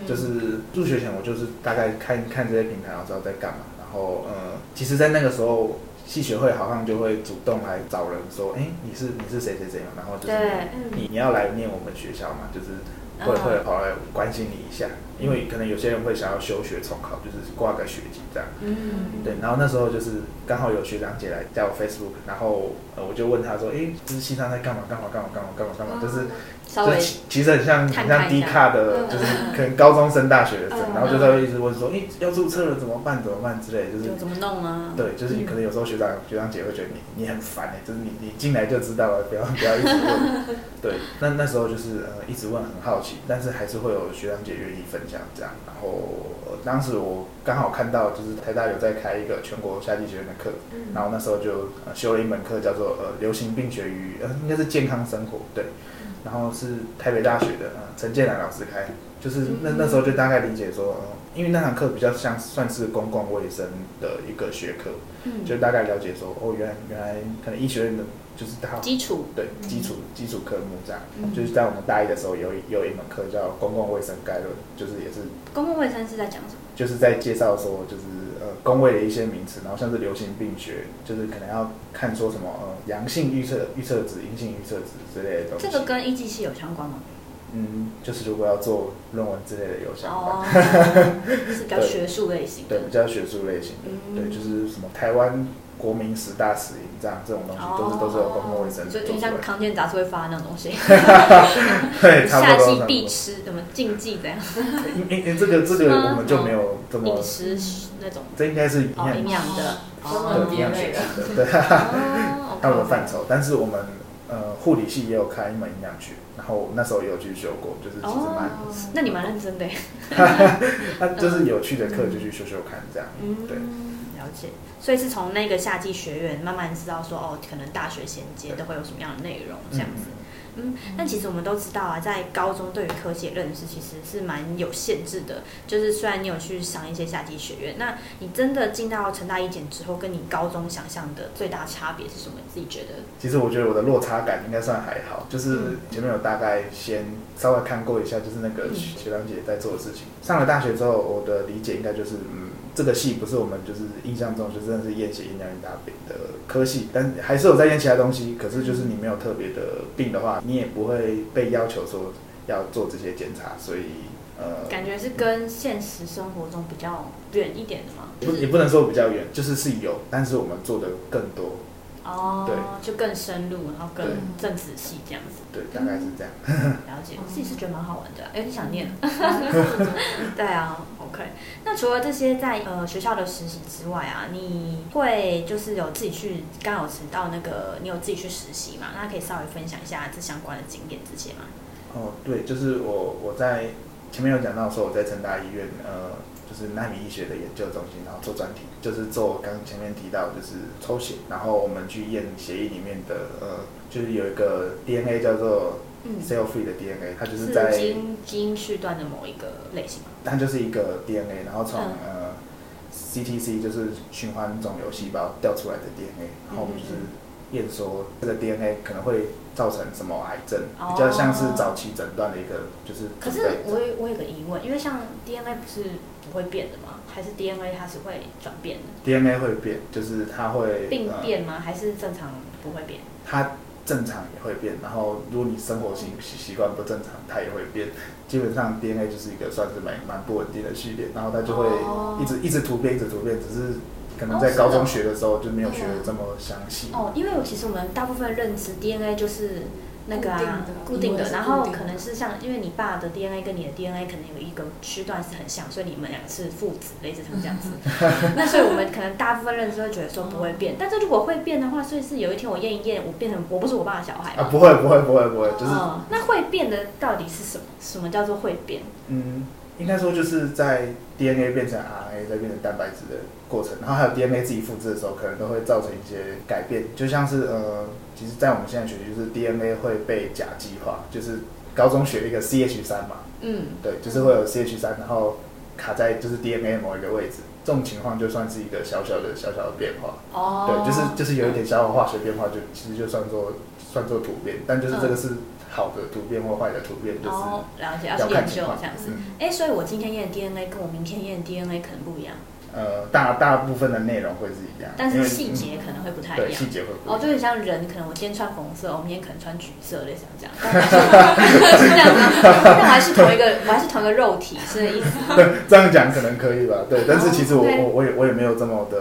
B: 嗯
C: 就是入学前我就是大概看看这些平台，然后知道在干嘛。然后嗯，其实，在那个时候，系学会好像就会主动来找人说，哎、你是你是谁谁谁嘛，然后就是
B: 对，
C: 你你要来念我们学校嘛，就是会
B: 嗯
C: 会跑来关心你一下，因为可能有些人会想要休学重考，就是挂个学籍这样。
B: 嗯，
C: 对，然后那时候就是刚好有学长姐来加我 Facebook，然后呃我就问他说，诶，就是西藏在干嘛干嘛干嘛干嘛干嘛干嘛，就是
B: 嗯稍
C: 就
B: 微
C: 是其其实很像
B: 探
C: 很
B: 看
C: 像
B: 一
C: 低
B: 下
C: 卡的
A: 嗯，
C: 就是
B: 嗯
C: 可能高中升大学生
A: 嗯，
C: 然后就在一直问说，诶，要注册了怎么办怎么办之类的，就是
B: 就怎么弄啊？
C: 对，就是你可能有时候学长、学长姐会觉得你你很烦哎、就是你你进来就知道了，不要不要一直问。对，那那时候就是呃一直问很好奇，但是还是会有学长姐愿意分享这样。然后、呃当时我刚好看到就是台大有在开一个全国夏季学院的课，
B: 嗯
A: 嗯
C: 然后那时候就、呃修了一门课叫做呃流行病学与呃应该是健康生活对，然后是台北大学的呃陈建南老师开，就是那那时候就大概理解说，呃因为那堂课比较像算是公共卫生的一个学科，
B: 嗯，
C: 就大概了解说，哦，原来原来可能医学院的就是它
B: 基础
C: 对
A: 嗯
C: 基础基础科目这样，
B: 嗯
C: 就是在我们大一的时候有一有一门课叫公共卫生概论，就是也是
B: 嗯公共卫生是在讲什么？
C: 就是在介绍说就是呃公卫的一些名词，然后像是流行病学，就是可能要看说什么呃阳性预测预测值、阴性预测值之类的东西。
B: 这个跟一级系有相关吗？
C: 嗯，就是如果要做论文之类的有想法，
B: 哦， 是比较
C: 啊对
B: 学术类型
C: 对，
B: 的
C: 比，较学术类型的，
B: 嗯
C: 对，就是什么台湾国民十大死因这样这种东西，都是都是有公共卫生
B: 哦就
C: 做
B: 就
C: 出
B: 像
C: 来，
B: 康健杂志会发那种东西，
C: 对，差
B: 夏
C: 不多
B: 季
C: 差不
B: 必
C: 多。
B: 吃，什么禁忌这样，
C: 因因因这个这个我们就没有这么
B: 饮，食那种
C: 这应该是营
B: 哦
C: 养
B: 营养的，
A: 专
B: 哦
A: 门
C: 对营
A: 别
C: 养
A: 类
C: 学
A: 的
C: 系的，对，
B: 哦，
C: 他们的范畴。但是我们呃护理系也有开一门营养学，然后那时候也有去修过，就是其实蛮，
B: 嗯那你蛮认真的耶，
C: 那就是有趣的课就去修修看这样。
B: 嗯，
C: 对
B: 了解。所以是从那个夏季学院慢慢知道说，哦，可能大学衔接都会有什么样的内容这样子。嗯，但其实我们都知道啊，在高中对于科技的认识其实是蛮有限制的。就是虽然你有去上一些夏季学院，那你真的进到成大一检之后，跟你高中想象的最大差别是什么？你自己觉得？
C: 其实我觉得我的落差感应该算还好，就是
B: 嗯
C: 前面有大概先稍微看过一下，就是那个
B: 嗯
C: 学长姐在做的事情。上了大学之后，我的理解应该就是，嗯，这个系不是我们就是印象中就真的是验血、验尿、验大便的科系，但还是有在验其他东西。可是就是你没有特别的病的话，你也不会被要求说要做这些检查，所以呃，
B: 感觉是跟现实生活中比较远一点的吗？
C: 不也不能说比较远，就是是有，但是我们做的更多，
B: 哦，
C: 对
B: 就更深入，然后更
C: 对嗯
B: 更仔细这样子
C: 对，大概是这样。
B: 了解。我自己是觉得蛮好玩的，有点想 念。
A: 嗯
B: 对啊，OK。那除了这些在呃学校的实习之外啊，你会就是有自己去，刚好有提到那个你有自己去实习嘛？那可以稍微分享一下这相关的经验这些吗？
C: 哦，对，就是我我在前面有讲到说我在成大医院，呃，就是纳米医学的研究中心，然后做专题，就是做刚前面提到就是抽血，然后我们去验血液里面的呃，就是有一个 DNA 叫做
B: 嗯，
C: cell free 的 DNA，它就是
B: 是
C: 在
B: 基因基因序段的某一个类型吗？
C: 它就是一个 DNA，然后从、
B: 嗯
C: 呃 CTC 就是循环肿瘤细胞掉出来的 DNA，然后我们就是
B: 嗯
C: 验说这个 DNA 可能会造成什么癌症，比较像是早期诊断的一个就是
B: 哦可
C: 准
B: 是
C: 备
B: 我有我有个疑问，因为像 DNA 不是不会变的吗？还是 DNA 它是会转变的？
C: DNA 会变，就是它会
B: 病
C: 呃，
B: 变吗？还是正常不会变？
C: 它正常也会变。然后如果你生活习习习惯不正常，它也会变。基本上 DNA 就是一个算是蛮蛮不稳定的序列，然后它就会
A: 哦
C: 一直、一直突变，一直突变，只是可能
B: 哦
C: 在
B: 是
C: 高
B: 哦
C: 中学的时候就没有学
A: 嗯
C: 的这么详细。
B: 哦，因为我其实我们大部分认知 DNA 就是那个啊
A: 固定
B: 定
A: 的以为是
B: 然后
A: 固定的
B: 可能是像因为你爸的 DNA 跟你的 DNA 可能有一个区段是很像，所以你们俩是父子，类似成这样 子。那所以我们可能大部分认知会觉得说不会变，但是如果会变的话，所以是有一天我验一验，我变成我不是我爸的小孩
C: 啊，
B: 嘛。
C: 不会不会不会不会，就是
B: 嗯，那会变的到底是什么？什么叫做会变？
C: 嗯，应该说就是在 DNA 变成 RNA 再变成蛋白质的过程，然后还有 DNA 自己复制的时候，可能都会造成一些改变，就像是呃，其实，在我们现在学习就是 DNA 会被甲基化，就是高中学一个 CH 三嘛，
B: 嗯，
C: 对，就是会有 CH 三，然后卡在就是 DNA 某一个位置，这种情况就算是一个小小的小小的变化，
B: 哦
C: 对，就是就是有一点小小化学变化就，其实就算作算作突变，但就是这个是好的突变或坏的突变，就是
B: 嗯哦，了解，要
C: 要
B: 去
C: 看
B: 研
C: 情
B: 究
C: 况
B: 这样子。
C: 嗯
B: 哎，所以我今天验的 DNA 跟我明天验的 DNA 可能不一样，
C: 呃，大大部分的内容会是一样，
B: 但
C: 因
B: 是
C: 为嗯
B: 细节可能会不太
C: 对
B: 一样
C: 细。节会不一
B: 哦，
C: 样。
B: 就很像人，可能我今天穿红色，我明天可能穿橘色，类似像这 样，是这样吗？但我还是同一个，我还是同一个肉体，是这意思吗。哦
C: 这样讲可能可以吧？对，但是其实我、
B: 对
C: 我我也我也没有这么的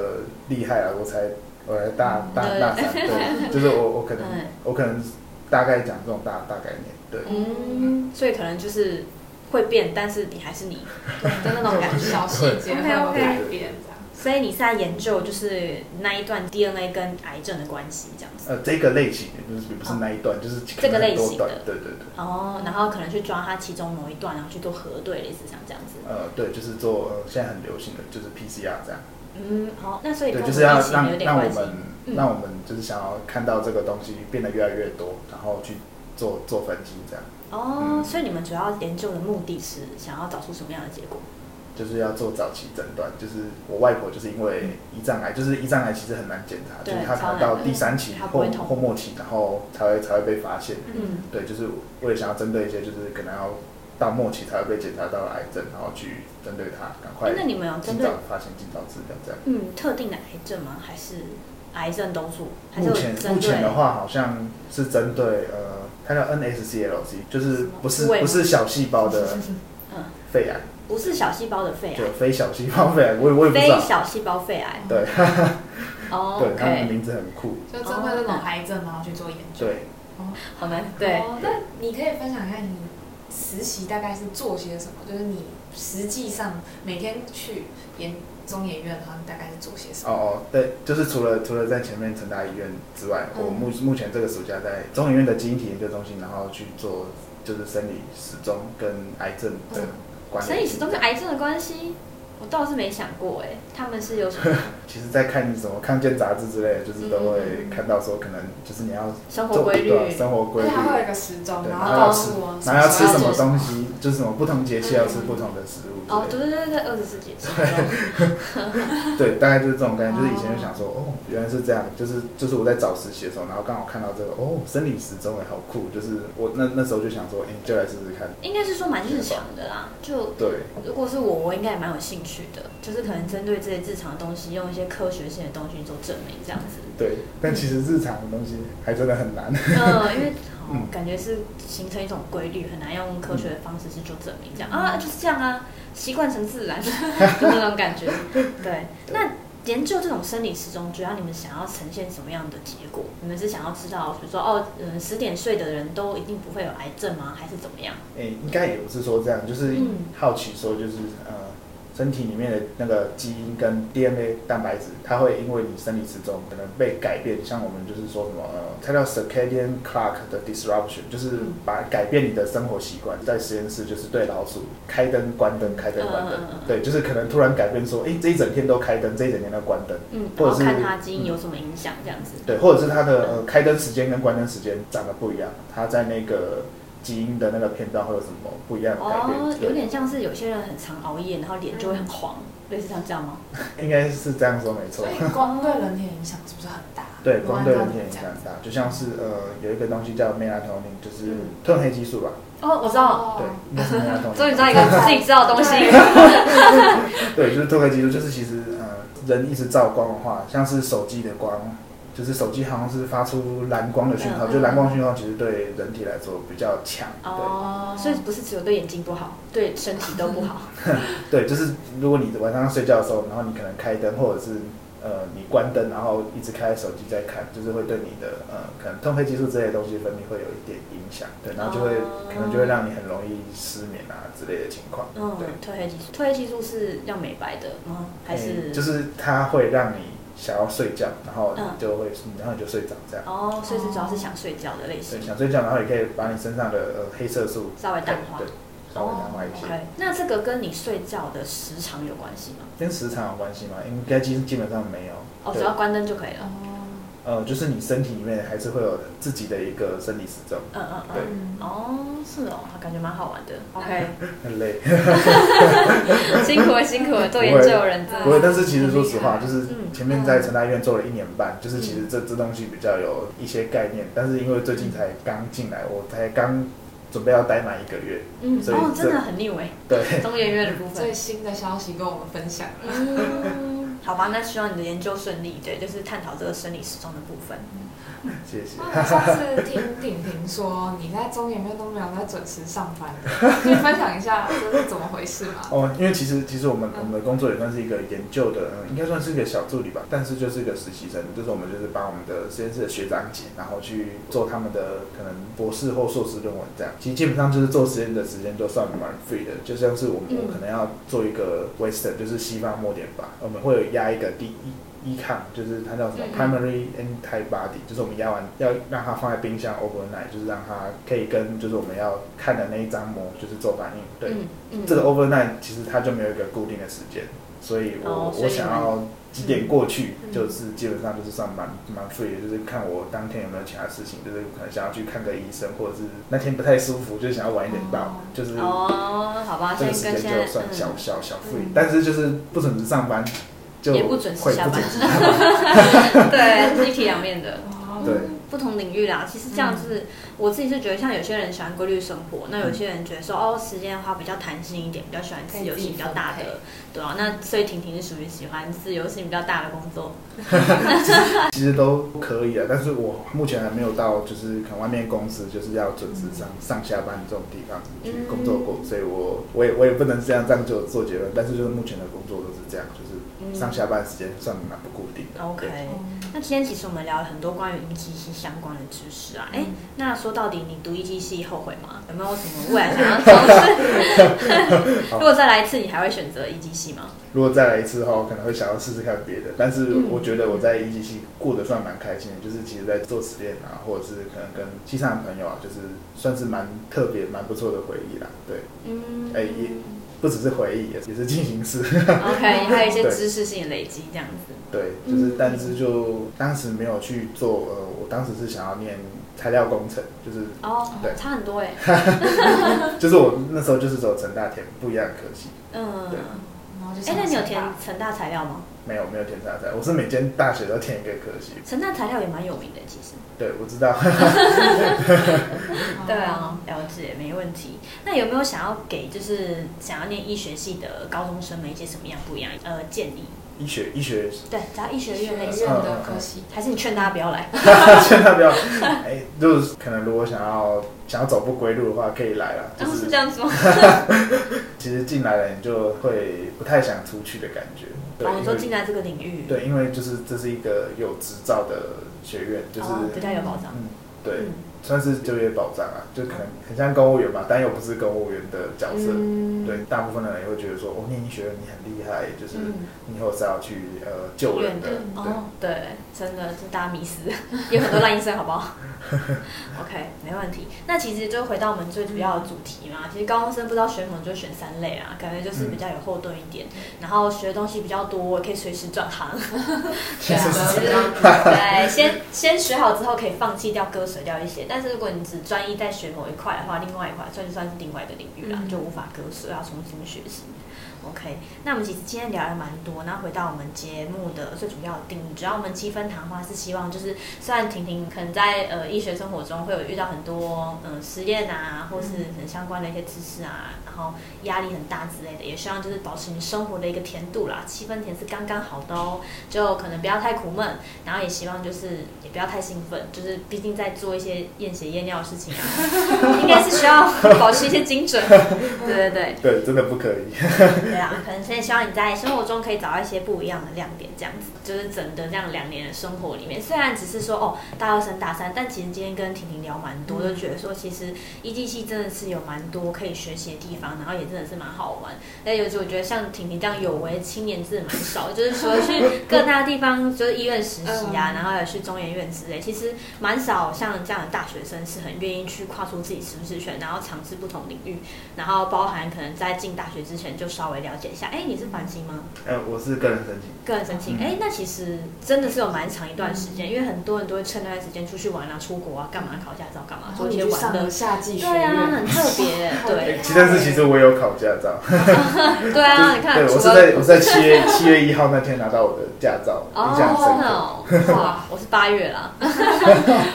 C: 厉害啊，我才我才大大
B: 嗯对
C: 大三，对，就是我我可能
B: 嗯
C: 我可能大概讲这种大大概念，对，
B: 嗯，所以可能就是会变，但是你还是你的那种感觉。
A: 小细 节会有改变，这样。
B: 所以你是在研究就是那一段 DNA 跟癌症的关系，这样子。
C: 呃，这个类型的就是不是那一段，就是可能
B: 嗯这个类
C: 很多
B: 型的
C: 段，对对对，
B: 哦，然后可能去抓它其中某一段，然后去做核对，类似像这样子。
C: 呃，对，就是做、呃现在很流行的就是 PCR 这样。
B: 嗯，好，那所以
C: 对，
B: 跟我们
C: 就是要
B: 疫情有
C: 让
B: 点
C: 让我
B: 关系。
C: 们
B: 嗯
C: 让我们就是想要看到这个东西变得越来越多，然后去做做分析，这样嗯
B: 哦，所以你们主要研究的目的是想要找出什么样的结果？
C: 就是要做早期诊断。就是我外婆就是因为胰脏癌，就是胰脏癌其实很难检查，
B: 对
C: 就是她可
B: 超
C: 能
B: 难
C: 到第三期
B: 她不
C: 或
B: 会痛
C: 或末期，然后才会才会被发现。
B: 嗯，
C: 对，就是我也想要针对一些就是可能要到末期才会被检查到的癌症，然后去针对它，赶快
B: 诶哎那你们有针
C: 尽
B: 对
C: 早发现、尽早治疗这样。
B: 嗯特定的癌症吗？还是癌症都做？还是
C: 目
B: 有
C: 前
B: 针
C: 目前
B: 对
C: 的话，好像是针对呃它叫 NSCLC，就是不
B: 什
C: 是
B: 么胃吗
C: 不是小细胞的
B: 嗯
C: 肺癌，
B: 不是小细胞的肺
C: 就
B: 癌，
C: 非小细胞肺癌，我也我也不知
B: 非
C: 道。
B: 小细胞肺癌。
C: 对，
B: 哦
C: 对，它的
B: ，OK，
C: 名字很酷。
A: 就针对这种癌症，然后去做研究。
C: 对，
B: 好难，对，
A: 哦。那你可以分享一下你实习大概是做些什么？就是你实际上每天去研中研院，然后你大概是做些什
C: 哦
A: 么？
C: 哦，对，就是除了除了在前面成大医院之外，
A: 嗯
C: 我目目前这个暑假在中医院的基因体研究中心，然后去做就是生理时钟跟癌症的
A: 嗯
C: 关
B: 生理时钟
C: 跟
B: 跟癌症的关系，我倒是没想过哎、他们是有什 么
C: 其实，在看什么康健杂志之类的，就是都
A: 嗯
C: 会
A: 嗯嗯
C: 看到说，可能就是你要
B: 生活
C: 做
B: 规律
C: 对啊生活规
A: 因为，
C: 律
A: 它会有一个时钟，
C: 对
A: 然
C: 然
A: 后
C: 后
A: 告
C: 要
A: 诉我
C: 然后要吃什
A: 时候
C: 么
A: 要做
C: 东西，就是什么不同节气要吃
A: 嗯
C: 不同的食物之类
B: 哦
C: 的，
B: 对对对对，二十世纪时钟，
C: 对，大概就是这种概念，就是以
A: 哦
C: 前就想说，哦，原来是这样，就是就是我在找实习的时候，然后刚好看到这个，哦，生理时钟也好酷，就是我那那时候就想说，哎、就来试试看。
B: 应该是说蛮日常的啦。就
C: 对，
B: 如果是我，我应该也蛮有兴趣的，就是可能针对这些日常的东西，用一些科学性的东西做证明这样子。
C: 对，但其实日常的东西还真的很 难。
B: 嗯，因为好
C: 嗯
B: 感觉是形成一种规律，很难用科学的方式去做证明。这样啊，就是这样啊，习惯成自然，就 那种感觉。对，那研究这种生理时钟，主要你们想要呈现什么样的结果？你们是想要知道，比如说哦，嗯，十点睡的人都一定不会有癌症吗？还是怎么样？
C: 哎、应该也不是说这样，就是
B: 嗯
C: 好奇说，就是呃，身体里面的那个基因跟 DNA 蛋白质，它会因为你生理时钟可能被改变，像我们就是说什么呃，它叫 circadian clock 的 disruption，就是
B: 嗯
C: 把改变你的生活习惯，在实验室就是对老鼠开灯关灯开灯关灯
B: 嗯嗯嗯嗯，
C: 对，就是可能突然改变说，哎、这一整天都开灯，这一整天都关灯。
B: 嗯，然
C: 或
B: 后
C: 者是
B: 看它基因有什么影响，这样子。
C: 对，或者是它的呃开灯时间跟关灯时间长得不一样，它在那个基因的那个片段会有什么不一样的改变？
B: 哦，
C: 对
B: 有点像是有些人很常熬夜，然后脸就会很黄，类似像这样吗？
C: 应该是这样说没错
A: 所。以光对人体的影响是不是很大？
C: 对，光对人体影
A: 这
C: 响
A: 样
C: 很大，就像是呃有一个东西叫 melatonin，就是
B: 嗯
C: 褪黑激素吧？
B: 哦，我知道，
C: 对，应该是 melatonin。
B: 哦终于知道一个自己知道的东西。
C: 对，就是褪黑激素，就是其实呃人一直照光的话，像是手机的光。就是手机好像是发出蓝光的讯号，
B: 嗯嗯
C: 就蓝光讯号其实对人体来说比较强，对，
B: 哦，所以不是只有对眼睛不好，对身体都不 好。
C: 对，就是如果你晚上睡觉的时候，然后你可能开灯，或者是呃你关灯，然后一直开手机在看，就是会对你的呃可能褪黑激素这些东西分泌会有一点影响，对，然后就会、
B: 哦
C: 可能就会让你很容易失眠啊之类的情况。
B: 嗯
C: 对，
B: 褪黑激素，褪黑激素是要美白的吗？还是、
C: 嗯就是它会让你想要睡觉，然后
B: 嗯
C: 你就会、然后你就睡着这样。
B: 哦，所以是主要是想睡觉的类型
C: 对，，想睡觉，然后也可以把你身上的呃黑色素
B: 稍微淡化哦
C: 对，。稍微淡化一些。
B: OK，那这个跟你睡觉的时长有关系吗？
C: 跟时长有关系吗？应该基基本上没有。
B: 哦，
C: 对
B: 只要关灯就可以了。
A: 哦，
C: 呃，就是你身体里面还是会有自己的一个生理时钟，
B: 嗯嗯
C: 对
B: 嗯。
A: 嗯
B: 哦，是哦，感觉蛮好玩的。OK，
C: 很累。
B: 辛苦了，辛苦了，做
C: 不
B: 研
C: 会
B: 究的人真的
C: 不过，但是其实说实话，
A: 很厉害
C: 就是
B: 啊嗯
C: 前面在成大医院做了一年半，就是其实这这东西比较有一些概念，但是因为最近才刚进来，我才刚准备要待满一个月，
B: 嗯，
C: 所以
B: 哦，
C: 这
B: 真的很腻味，
C: 对，
B: 中研院的 部分
A: 最。新的消息跟我们分享了。
B: 嗯， 好吧，那希望你的研究顺利。对，就是探讨这个生理时钟的部分。
C: 谢谢。
A: 那我上次听婷婷说你在中研院都没有啊在准时上班的，可以分享一下这是怎么回事吗？
C: 哦，因为其实其实我们我们的工作也算是一个研究的，嗯，应该算是一个小助理吧，但是就是一个实习生，就是我们就是帮我们的实验室的学长姐，然后去做他们的可能博士或硕士论文这样。其实基本上就是做实验的时间都算蛮 free 的，就像是我们、
B: 嗯
C: 我可能要做一个 Western，就是西方墨点法，我们会有压一个第一。依抗就是它叫什么
A: 嗯
C: primary antibody，就是我们压完要让它放在冰箱 overnight，就是让它可以跟就是我们要看的那一张膜就是做反应。对，
B: 嗯嗯
C: 这个 overnight 其实它就没有一个固定的时间，所以我、
B: 哦所以
C: 我
B: 你
C: 想
B: 们
C: 要几点过去，
A: 嗯
C: 就是基本上就是算蛮蛮 free 的，就是看我当天有没有其他事情，就是可能想要去看个医生，或者是那天不太舒服，就是想要晚一点到，
A: 哦
C: 就是
B: 哦，好吧，
C: 这
B: 先
C: 个
B: 跟
C: 时间
B: 现在
C: 就算小、小小 free，、
A: 嗯
C: 但是就是不准时上班，就
B: 也不准时
C: 会
B: 下
C: 不
B: 班
C: 准时下
B: 嗯、
C: 班，
B: 对，是一体两面的。
A: 哦
C: 对，
B: 不同领域啦。其实这
A: 嗯
B: 样子，我自己是觉得，像有些人喜欢规律生活，那
C: 嗯
B: 有些人觉得说，哦，时间的话比较弹性一点，比较喜欢自由性比较大
A: 可以自己分
B: 的，对啊。那所以婷婷是属于喜欢自由性比较大的工作，
C: 其实都可以啊，但是我目前还没有到，就是可能外面公司就是要准时上、上下班这种地方去工作过，所以我我也我也不能这样这样就做结论，但是就是目前的工作都是这样，就是上下班时间算蛮不固定的。
B: 啊 OK，那今天其实我们聊了很多关于一技系相关的知识啊。哎、那说到底，你读一技系后悔 吗？有没有什么未来想要从事？ 如果再来一次，你还会选择一技系吗？
C: 如果再来一次的话，我可能会想要试试看别的，但是我觉得我在一级系过得算蛮开心的，就是其实在做实验啊，或者是可能跟系上的朋友啊，就是算是蛮特别、蛮不错的回忆啦。对，
B: 嗯
C: 哎、也不只是回忆，也是也是进行式。
B: ，OK，还有一些
C: 对
B: 知识性的累积这样子。
C: 对，就是，但是就当时没有去做，呃，我当时是想要念材料工程，就是
B: 哦
C: 对，
B: 差很多哎、
C: 就是我那时候就是走成大填不一样的科系，
B: 嗯，
C: 对
B: 哎、
A: 然后就
B: 那你有填
A: 填
B: 成大材料吗？
C: 没有没有填大材，我是每间大学都填一个科系。
B: 成大材料也蛮有名的，其实。
C: 对，我知道，
B: 对啊，了解，没问题。那有没有想要给就是想要念医学系的高中生们一些什么样不一样呃建议？
C: 医学医学，
B: 对，只要医学院类
A: 院
B: 型，
A: 的科系，
B: 还是你劝大家不 要来？
C: 千万不要， 哎，就是可能如果想要想要走不归路的话，可以来了，就
B: 然后
C: 是
B: 哦是这样子吗？
C: 其实进来了你就会不太想出去的感觉。对，
B: 哦，你说
C: 因为
B: 进来这个领域，
C: 对，因为就是这是一个有执照的学院，就是、
B: 哦，比较有保障。
C: 嗯，对。
B: 嗯
C: 算是就业保障啊，就可能很像公务员吧，但又不是公务员的角色。
B: 嗯，
C: 对，大部分的人也会觉得说，哦，念医学院你很厉害，就是
B: 嗯，
C: 你以后是要去呃救人的。对，
B: 哦，对，真的是大家迷思， 有很多烂医生，好不好 ？OK，没问题。那其实就回到我们最主要的主题嘛，其实高中生不知道选什么就选三类啊，感觉就是比较有后盾一点，然后学的东西比较多，可以随时转行。
A: 对啊，
B: 对，先先学好之后可以放弃掉、割舍掉一些，但是如果你只专一在学某一块的话，另外一块算算是另外的领域啦，
A: 嗯
B: 就无法割舍，要重新学习。OK，那我们其实今天聊了蛮多，那回到我们节目的最主要的定义，主要我们七分谈话是希望就是，虽然婷婷可能在呃医学生活中会有遇到很多嗯、呃实验啊，或是很相关的一些知识啊，然后压力很大之类的，也希望就是保持你生活的一个甜度啦，七分甜是刚刚好的哦，就可能不要太苦闷，然后也希望就是也不要太兴奋，就是毕竟在做一些验血验尿的事情啊，应该是需要保持一些精准，对对对。
C: 对，真的不可以。
B: 对啊，可能现在希望你在生活中可以找到一些不一样的亮点，这样子就是整的这样两年的生活里面，虽然只是说哦大二升大三，但其实今天跟婷婷聊蛮多，就觉得说其实一技系真的是有蛮多可以学习的地方，然后也真的是蛮好玩。但尤其我觉得像婷婷这样有为青年真的蛮少，就是除了去各大地方就是医院实习啊，
A: 嗯
B: 然后还有去中研院之类，其实蛮少像这样的大学生是很愿意去跨出自己舒适圈，然后尝试不同领域。然后包含可能在进大学之前就稍微了解一下，哎，你是繁星吗？
C: 呃，我是个人申请。
B: 个人申请，
C: 嗯
B: 哎，那其实真的是有蛮长一段时间，因为很多人都会趁那段时间出去玩啊、出国啊、干嘛考驾照、干嘛
A: 然后
B: 做一
A: 哦
B: 些
A: 你去
B: 玩
A: 上
B: 的
A: 了。夏季学
B: 对啊，
A: 院，
B: 很特别， 对
C: 其但是其实我有考驾照，
B: 对啊，你看，
C: 对我是
B: 除了
C: 在我是在七月七月一号那天拿到我的驾照，
B: 哦，
C: 印象深刻。
B: 真的哦，哇，我是八月啦。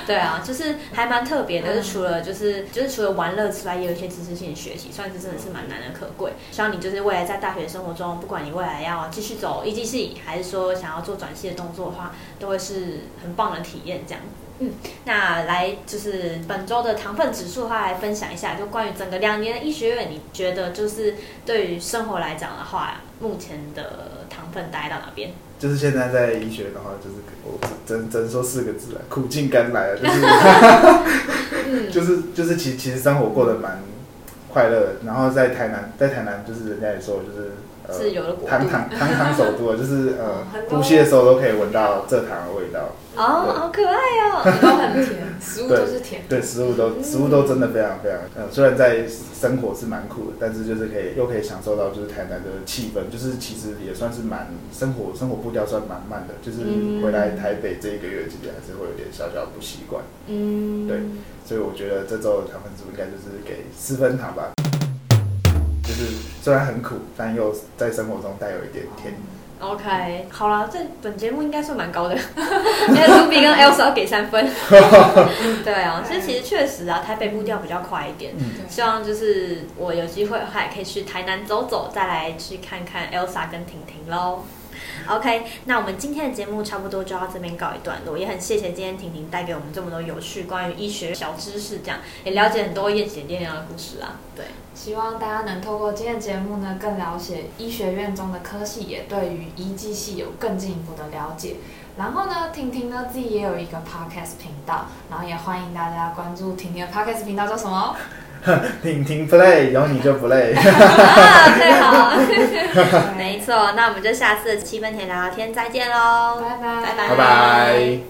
B: 对啊，就是还蛮特别的，就是除了就是就是除了玩乐之外，也有一些知识性的学习，算是真的是蛮难能可贵。希望你就是未来在大学生活中，不管你未来要继续走一技系，还是说想要做转系的动作的话，都会是很棒的体验这样。嗯，那来就是本周的糖分指数的话，来分享一下，就关于整个两年的医学院，你觉得就是对于生活来讲的话，目前的糖分大概到哪边？
C: 就是现在在医学的话，就是我只只只能说四个字啊，苦尽甘来啊，就是
B: 嗯，
C: 就是就是其其实生活过得蛮快乐的，然后在台南，在台南就是人家也说就是呃
B: 自由的国度
C: 堂堂堂堂首都啊，就是呃
A: 很多
C: 呼吸的时候都可以闻到蔗糖的味道，
B: 哦，
C: 对
B: 好可爱哦！
A: 都很甜，食物都是甜。
C: 对食物都食物都真的非常非常，呃虽然在生活是蛮苦的，但是就是可以又可以享受到就是台南的气氛，就是其实也算是蛮生活生活步调算蛮慢的，就是回来台北这一个月其实还是会有点小小不习惯。
B: 嗯，
C: 对所以我觉得这周的糖分数应该就是给四分糖吧。就是虽然很苦，但又在生活中带有一点甜
B: OK，好啦，这本节目应该算蛮高的， 因为 Ruby 跟 Elsa 给三 分。对啊，所以其实确实啊，台北步调比较快一点。
A: 对
B: 希望就是我有机会的话，也可以去台南走走，再来去看看 Elsa 跟婷婷喽。OK，那我们今天的节目差不多就到这边告一段落，也很谢谢今天婷婷带给我们这么多有趣关于医学小知识，这样也了解很多验血验尿的故事啊。 对，
A: 希望大家能透过今天的节目呢，更了解医学院中的科系，也对于医技系有更进一步的了解。然后呢，婷婷呢自己也有一个 podcast 频道，然后也欢迎大家关注婷婷的 podcast 频道叫什 么？
C: 停停嗯 play，有你就不累。
B: 啊，最好，没错。那我们就下次的七分甜聊聊天再见喽，
A: 拜拜
B: 拜
C: 拜拜。